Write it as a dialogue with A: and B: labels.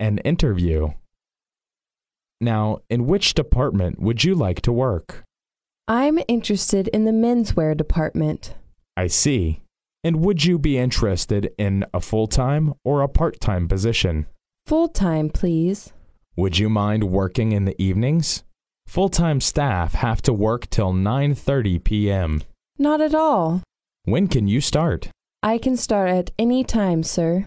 A: an interview. Now, in which department would you like to work?
B: I'm interested in the menswear department.
A: I see. And would you be interested in a full time or a part time position?
B: Full time, please.
A: Would you mind working in the evenings? Full-time staff have to work till 9:30 p.m.
B: Not at all.
A: When can you start?
B: I can start at any time, sir.